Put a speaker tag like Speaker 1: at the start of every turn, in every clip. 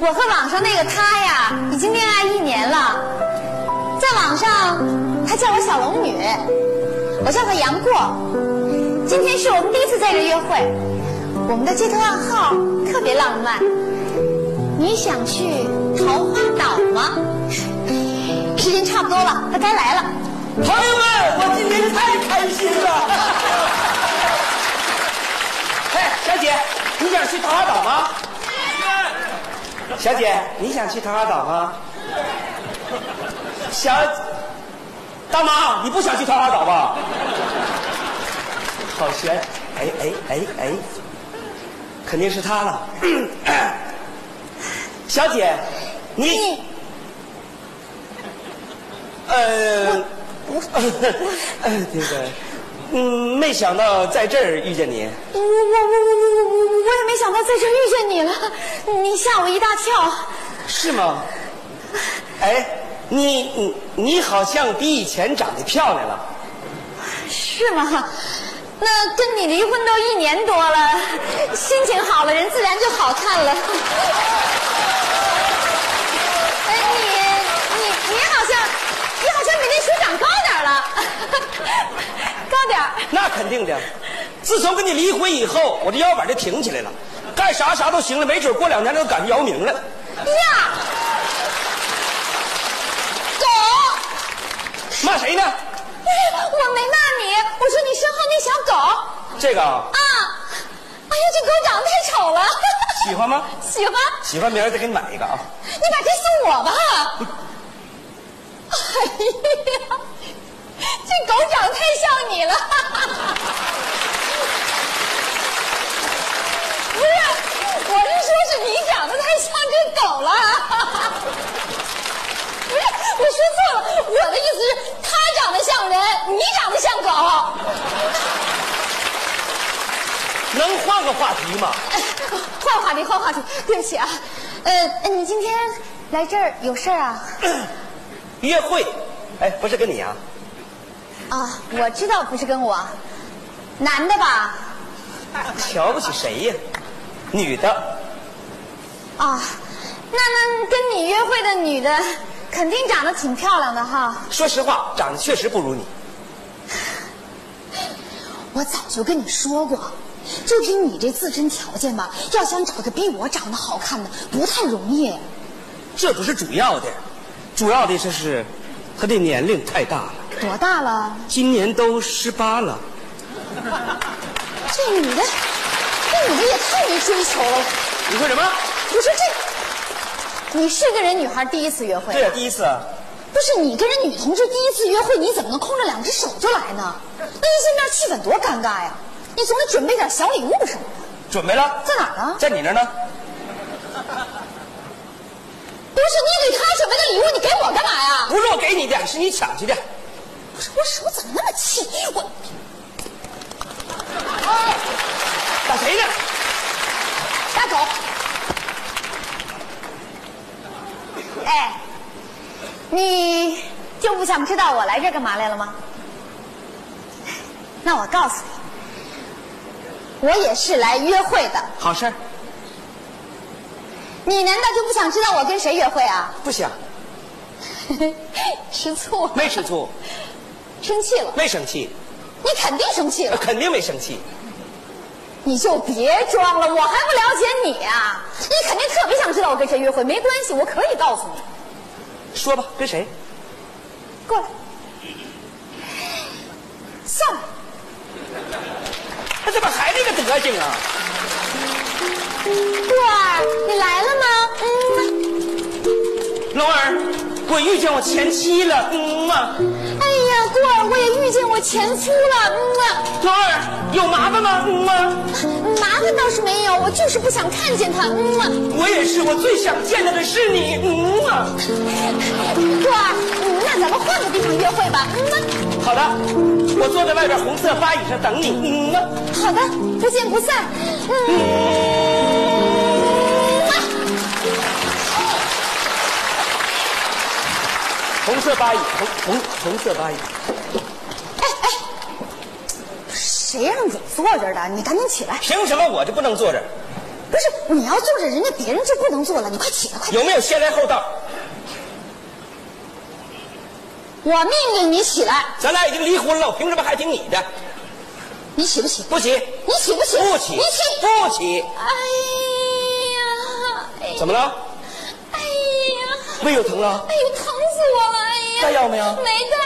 Speaker 1: 我和网上那个他呀，已经恋爱一年了，在网上他叫我小龙女，我叫他杨过。今天是我们第一次在这约会，我们的街头暗号特别浪漫。你想去桃花岛吗？时间差不多了，他该来了。
Speaker 2: 朋友们，我今天太开心了！哎，小姐，你想去桃花岛吗？小姐，你想去桃花岛吗？小大妈，你不想去桃花岛吧？好悬！哎哎哎哎，肯定是他了。小姐，你呃， 呃，那个，嗯，没想到在这儿遇见你。
Speaker 1: 我我我我我我我我也没想到在这儿遇见你了，你吓我一大跳。
Speaker 2: 是吗？哎，你你你好像比以前长得漂亮了。
Speaker 1: 是吗？那跟你离婚都一年多了，心情好了，人自然就好看了。哎，你你你好像你好像比那水长高点儿了，高点儿。
Speaker 2: 那肯定的，自从跟你离婚以后，我这腰板就挺起来了，干啥啥都行了，没准过两年都赶上姚明了。
Speaker 1: 呀，狗。哎
Speaker 2: 骂谁呢？
Speaker 1: 我没骂你，我说你身后那小狗啊，
Speaker 2: 这个啊
Speaker 1: 哎呀，这狗长得太丑了，
Speaker 2: 喜欢吗？
Speaker 1: 喜欢，
Speaker 2: 喜欢明儿再给你买一个啊。
Speaker 1: 你把这送我吧。哎呀，这狗长得太像你了。不是，我是说是你长得太像这狗了。不是，我说错了，我的意思是它长得像人，你长得像狗。
Speaker 2: 能换个话题吗？
Speaker 1: 换话题，换话题，对不起啊，呃，你今天来这儿有事儿啊？
Speaker 2: 约会，哎，不是跟你啊，
Speaker 1: 啊，我知道不是跟我，男的吧？
Speaker 2: 瞧不起谁呀？女的，
Speaker 1: 啊，那那跟你约会的女的肯定长得挺漂亮的哈，
Speaker 2: 说实话，长得确实不如你。
Speaker 1: 我早就跟你说过。就凭你这自身条件吧，要想找个比我长得好看的，不太容易。
Speaker 2: 这不是主要的，主要的就是她的年龄太大了，
Speaker 1: 多大了？
Speaker 2: 今年都十八了。
Speaker 1: 这女的，这女的也太没追求了。
Speaker 2: 你说什么？
Speaker 1: 我说这，你是跟人女孩第一次约会？
Speaker 2: 对呀，第一次啊。
Speaker 1: 不是你跟人女同志第一次约会，你怎么能空着两只手就来呢？那一见面气氛多尴尬呀！你总得准备点小礼物什么的。
Speaker 2: 准备了，
Speaker 1: 在哪儿啊呢
Speaker 2: 在你那儿呢。
Speaker 1: 不是你给他准备的礼物，你给我干嘛呀？
Speaker 2: 不是我给你的，是你抢去的。
Speaker 1: 不是我手怎么那么气？我哎
Speaker 2: 打谁呢？
Speaker 1: 打狗。哎，你就不想知道我来这干嘛来了吗？那我告诉你，我也是来约会的。
Speaker 2: 好事儿，
Speaker 1: 你难道就不想知道我跟谁约会啊？
Speaker 2: 不想，
Speaker 1: 吃醋了，
Speaker 2: 没吃醋，
Speaker 1: 生气了，
Speaker 2: 没生气，
Speaker 1: 你肯定生气了，
Speaker 2: 肯定没生气。
Speaker 1: 你就别装了，我还不了解你啊！你肯定特别想知道我跟谁约会，没关系，我可以告诉你。
Speaker 2: 说吧，跟谁？
Speaker 1: 过来，下来，
Speaker 2: 他怎么还这个德行啊？
Speaker 1: 过儿，你来了吗？嗯，
Speaker 2: 龙儿，我遇见我前妻了，嗯嘛。
Speaker 1: 哎呀，过儿，我也遇见我前夫了，嗯啊。
Speaker 2: 龙儿，有麻烦吗？嗯嘛。
Speaker 1: 麻烦倒是没有，我就是不想看见他。嗯啊，
Speaker 2: 我也是，我最想见到的是你，嗯嘛。
Speaker 1: 过儿，嗯那咱们换个地方约会吧。嗯啊。
Speaker 2: 好的，我坐在外边红色花椅上等你，嗯嘛。
Speaker 1: 好的，不见不散。嗯，啊
Speaker 2: 红色八椅，红红红色八椅。
Speaker 1: 谁让你坐这儿的？你赶紧起来！
Speaker 2: 凭什么我就不能坐这儿？
Speaker 1: 不是你要坐着，人家别人就不能坐了。你快起来，快！
Speaker 2: 有没有先来后到？
Speaker 1: 我命令你起来，
Speaker 2: 咱俩已经离婚了，我凭什么还听你的？
Speaker 1: 你起不起？
Speaker 2: 不起，
Speaker 1: 你起不起？
Speaker 2: 不起，
Speaker 1: 你起！
Speaker 2: 不起，
Speaker 1: 哎呀，哎呀，
Speaker 2: 怎么了？
Speaker 1: 哎呀，
Speaker 2: 胃又疼了？
Speaker 1: 哎呦，疼死我了！哎呀，
Speaker 2: 带药没有
Speaker 1: 没带。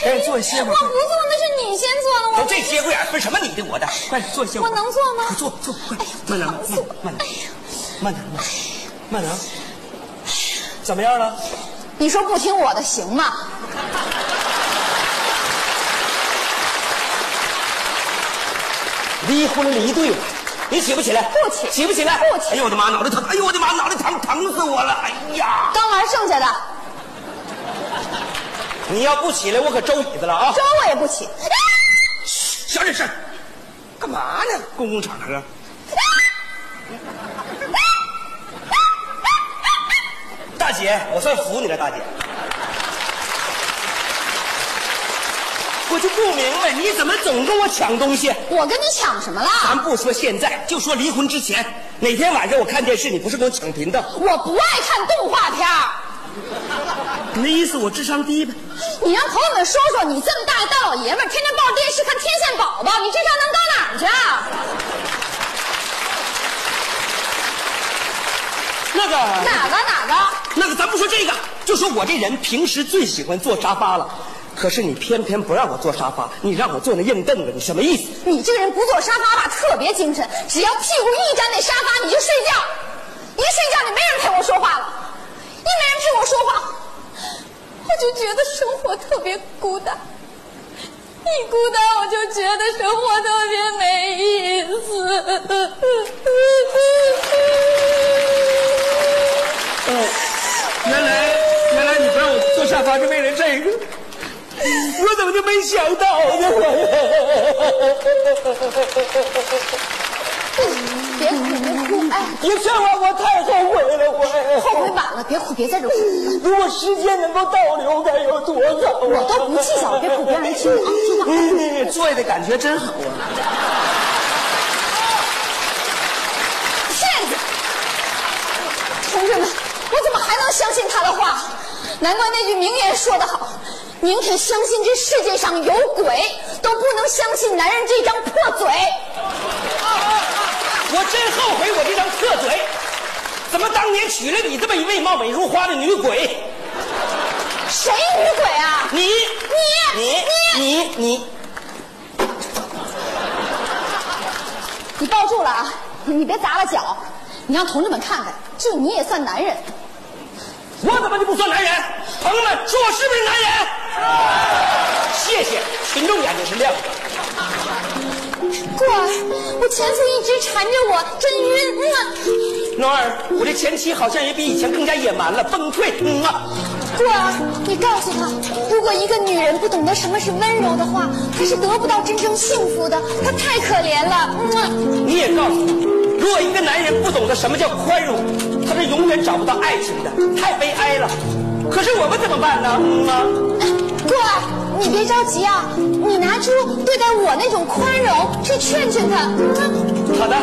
Speaker 2: 赶紧哎坐下歇会儿
Speaker 1: 我不坐，那是你先坐的，
Speaker 2: 都
Speaker 1: 我
Speaker 2: 这节骨眼儿分什么你的我的？快坐下。
Speaker 1: 我能坐吗？
Speaker 2: 快坐坐，快
Speaker 1: 哎呀，
Speaker 2: 慢点，
Speaker 1: 疼死我！
Speaker 2: 慢点
Speaker 1: 哎，呀，哎
Speaker 2: 慢点，慢点，慢点。怎么样了？
Speaker 1: 你说不听我的行吗？
Speaker 2: 离婚离对了，你起不起来？
Speaker 1: 不起
Speaker 2: 起不起来？
Speaker 1: 不起
Speaker 2: 哎呦我的妈，脑袋疼！哎呦我的妈，脑袋疼，疼死我了！哎呀，
Speaker 1: 刚玩剩下的，
Speaker 2: 你要不起来，我可周椅子了啊！
Speaker 1: 粥我也不起。啊
Speaker 2: 小点声，干嘛呢？公共场合。啊大姐，我算服你了，大姐。我就不明白，你怎么总跟我抢东西？
Speaker 1: 我跟你抢什么了？
Speaker 2: 咱不说现在，就说离婚之前，哪天晚上我看电视，你不是跟我抢频道？
Speaker 1: 我不爱看动画片儿
Speaker 2: 你的意思我智商低呗？
Speaker 1: 你让朋友们说说，你这么大一大老爷们儿，天天抱着电视看《天线宝宝》，你智商能高哪儿去啊？
Speaker 2: 那个，
Speaker 1: 哪个啊哪个？
Speaker 2: 那个，咱不说这个，就说我这人平时最喜欢坐沙发了，可是你偏偏不让我坐沙发，你让我坐那硬凳子，你什么意思？
Speaker 1: 你这个人不坐沙发吧，特别精神，只要屁股一沾那沙发你就睡觉，一睡觉你没人陪我说话了，一没人陪我说话，我就觉得生活特别孤单。一孤单我就觉得生活特别没意思。
Speaker 2: 哦，原来原来你不让我坐沙发是为了这个，我怎么就没想到呢？
Speaker 1: 别哭别哭，哎，
Speaker 2: 你这话我太后悔了，我
Speaker 1: 后悔晚了，别哭，别在这哭，
Speaker 2: 如果时间能够倒流该有多好啊！
Speaker 1: 我都不计较，别哭，别让人听见啊，听见。
Speaker 2: 嗯，坐的感觉真好啊！
Speaker 1: 骗子！同志们，我怎么还能相信他的话？难怪那句名言说得好：宁肯相信这世界上有鬼，都不能相信男人这张破嘴。
Speaker 2: 啊我真后悔我这张破嘴，怎么当年娶了你这么一位貌美如花的女鬼？
Speaker 1: 谁女鬼啊？
Speaker 2: 你
Speaker 1: 你
Speaker 2: 你你你，
Speaker 1: 你抱住了啊！你别砸了脚，你让同志们看看，就你也算男人。
Speaker 2: 我怎么就不算男人？朋友们，说我是不是男人？谢谢，群众眼睛是亮的。
Speaker 1: 过儿，我前夫一直缠着我，真晕。嗯啊
Speaker 2: 诺儿，我这前妻好像也比以前更加野蛮了，崩溃。嗯啊，
Speaker 1: 过儿，你告诉他，如果一个女人不懂得什么是温柔的话，她是得不到真正幸福的，她太可怜了。嗯，
Speaker 2: 你也告诉我，如果一个男人不懂得什么叫宽容，他是永远找不到爱情的，太悲哀了。可是我们怎么办呢？嗯啊，
Speaker 1: 过儿，你别着急啊，你拿出对待我那种宽容去劝劝她。嗯，
Speaker 2: 好的，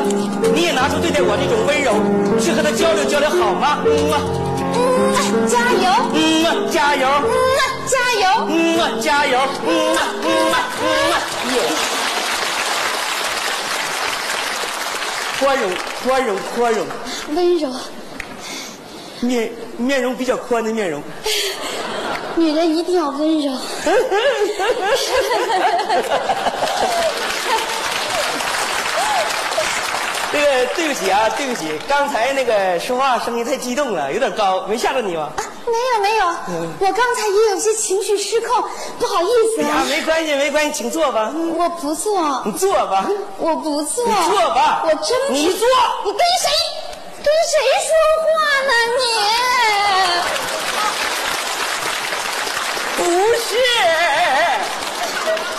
Speaker 2: 你也拿出对待我这种温柔，去和他交流交流好吗？嗯啊，
Speaker 1: 嗯，加油，
Speaker 2: 嗯啊，加油，
Speaker 1: 嗯，加油。
Speaker 2: 嗯啊，加油，嗯啊，嗯啊，嗯啊，耶！宽容，宽容，宽容，
Speaker 1: 温柔，
Speaker 2: 面面容比较宽的面容。
Speaker 1: 女人一定要温柔。
Speaker 2: 那个对不起啊，对不起，刚才那个说话声音太激动了，有点高，没吓着你吧？
Speaker 1: 啊，没有没有，我刚才也有些情绪失控，不好意思
Speaker 2: 啊
Speaker 1: 啊，，
Speaker 2: 没关系，没关系，请坐吧，
Speaker 1: 我不做。
Speaker 2: 你坐吧，
Speaker 1: 我不做，
Speaker 2: 坐吧，
Speaker 1: 我真不
Speaker 2: 你坐，
Speaker 1: 你哦跟谁跟谁说话呢你？
Speaker 2: 不是。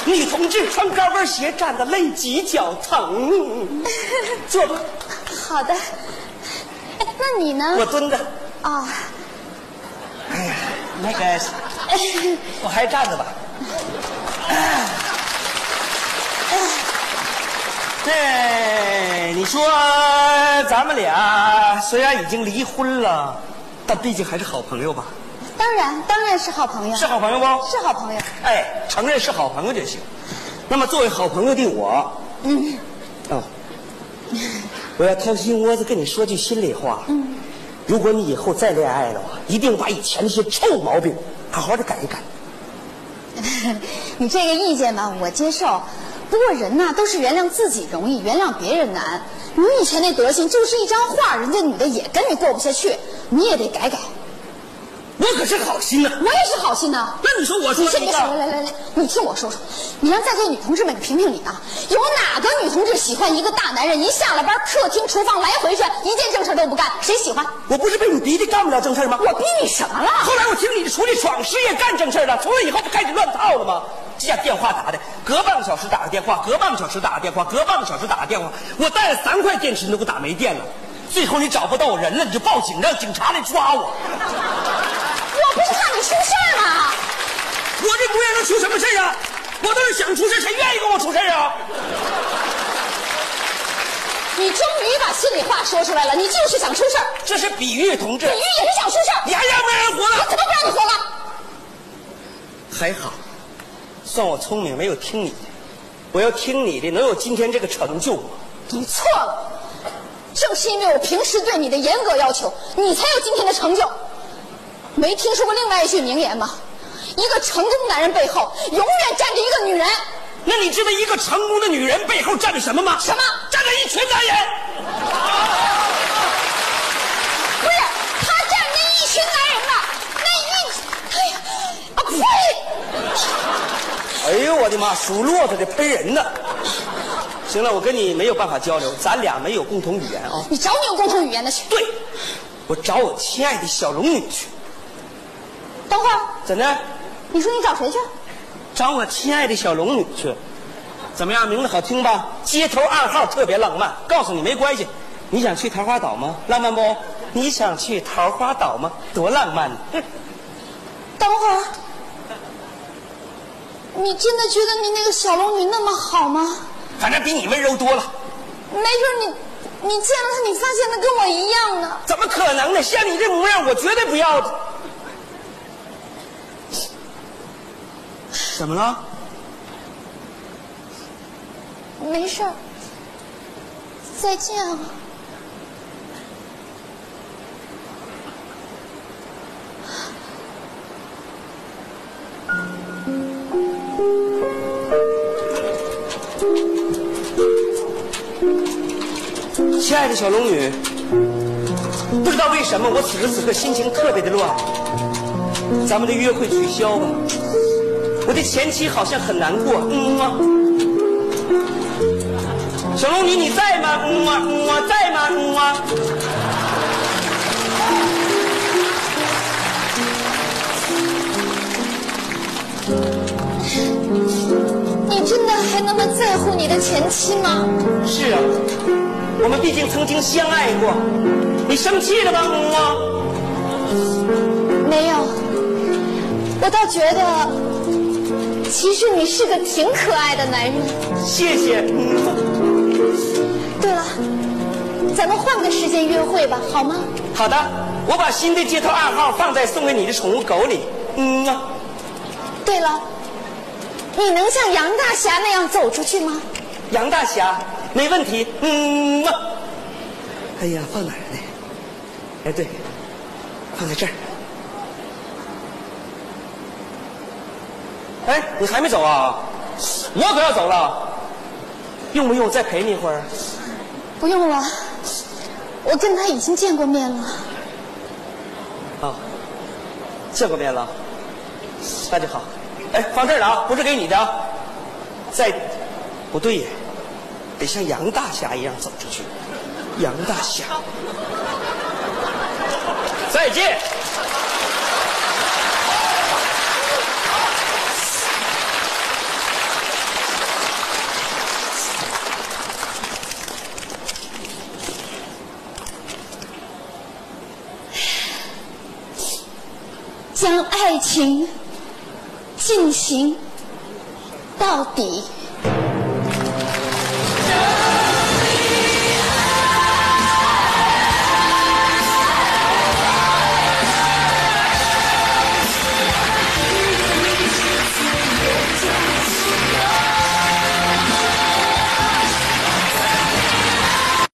Speaker 2: 女同志穿高跟鞋站的累挤脚疼，坐吧，
Speaker 1: 好的，哎那你呢？
Speaker 2: 我蹲着，
Speaker 1: 啊，
Speaker 2: 那个我还站着吧。哎，哎，你说咱们俩虽然已经离婚了，但毕竟还是好朋友吧？
Speaker 1: 当然，当然是好朋友，
Speaker 2: 是好朋友不？
Speaker 1: 是好朋友。
Speaker 2: 哎，承认是好朋友就行。那么作为好朋友的我，
Speaker 1: 嗯，
Speaker 2: 哦，我要掏心窝子跟你说句心里话。嗯，如果你以后再恋爱的话，一定把以前那些臭毛病好好的改一改。
Speaker 1: 你这个意见吧，我接受。不过人呐、都是原谅自己容易，原谅别人难。你以前那德行就是一张画，人家女的也跟你过不下去，你也得改改。
Speaker 2: 我可是好心呐、
Speaker 1: 我也是好心呐。
Speaker 2: 那你说我
Speaker 1: 你
Speaker 2: 说
Speaker 1: 先
Speaker 2: 一
Speaker 1: 别说了，
Speaker 2: 个，
Speaker 1: 来来来，你听我说说，你让在座女同志们评评理啊，有哪个女同志喜欢一个大男人，一下了班客厅厨房来回转，一件正事都不干，谁喜欢？
Speaker 2: 我不是被你逼的干不了正事儿吗？
Speaker 1: 我逼你什么了？
Speaker 2: 后来我听你出去闯事业干正事儿了，从那以后不开始乱套了吗？这家电话打的，隔半个小时打个电话，隔半个小时打个电话，隔半个小时打个电话，我带了三块电池你都给我打没电了。最后你找不到我人了，你就报警，让警察来抓我。
Speaker 1: 我不是怕你出事儿吗？
Speaker 2: 我这模样能出什么事儿啊？我倒是想出事儿，谁愿意跟我出事儿啊？
Speaker 1: 你终于把心里话说出来了，你就是想出事儿，
Speaker 2: 这是比喻，同志
Speaker 1: 鲤，鱼也是想出事儿，
Speaker 2: 你还让不让人活
Speaker 1: 我
Speaker 2: 了？
Speaker 1: 怎么不让你活了？
Speaker 2: 还好，算我聪明，没有听你的。我要听你的，能有今天这个成就吗？
Speaker 1: 你错了，正是因为我平时对你的严格要求，你才有今天的成就。没听说过另外一句名言吗？一个成功男人背后永远站着一个女人。
Speaker 2: 那你知道一个成功的女人背后站着什么吗？
Speaker 1: 什么
Speaker 2: 站着一群男人。
Speaker 1: 不是，他站着那一群男人吧？那一，哎呀，啊呸！
Speaker 2: 哎呦我的妈，数骆驼的喷人呢。行了，我跟你没有办法交流，咱俩没有共同语言啊。
Speaker 1: 你找你有共同语言的去。
Speaker 2: 对，我找我亲爱的小龙女去。
Speaker 1: 等会儿，
Speaker 2: 怎的？
Speaker 1: 你说你找谁去？
Speaker 2: 找我亲爱的小龙女去。怎么样，名字好听吧？街头暗号特别浪漫。告诉你没关系，你想去桃花岛吗？浪漫不？你想去桃花岛吗？多浪漫呢！
Speaker 1: 等会儿，你真的觉得你那个小龙女那么好吗？
Speaker 2: 反正比你温柔多了。
Speaker 1: 没准你你见了他，你发现他跟我一样呢。
Speaker 2: 怎么可能呢？像你这模样，我绝对不要的。怎么了？
Speaker 1: 没事儿，再见啊。
Speaker 2: 亲爱的小龙女，不知道为什么我此时此刻心情特别的乱。咱们的约会取消吧。我的前妻好像很难过。嗯啊。小龙女，你在吗？嗯啊嗯啊，在吗？嗯啊。
Speaker 1: 你真的还那么在乎你的前妻吗？
Speaker 2: 是啊，我们毕竟曾经相爱过。你生气了吧？嗯啊。
Speaker 1: 没有，我倒觉得，其实你是个挺可爱的男人。
Speaker 2: 谢谢。嗯啊
Speaker 1: 对了，咱们换个时间约会吧，好吗？
Speaker 2: 好的，我把新的街头暗号放在送给你的宠物狗里。嗯啊，
Speaker 1: 对了，你能像杨大侠那样走出去吗？
Speaker 2: 杨大侠，没问题。嗯啊，哎呀，放哪儿呢？哎，对，放在这儿。哎，你还没走啊？我可要走了。用不用我再陪你一会儿？
Speaker 1: 不用了，我跟他已经见过面了。
Speaker 2: 啊，见过面了，那就好。哎，放这儿了啊，不是给你的啊。再，不对呀，得像杨大侠一样走出去。杨大侠，再见。
Speaker 1: 将爱情进行到底。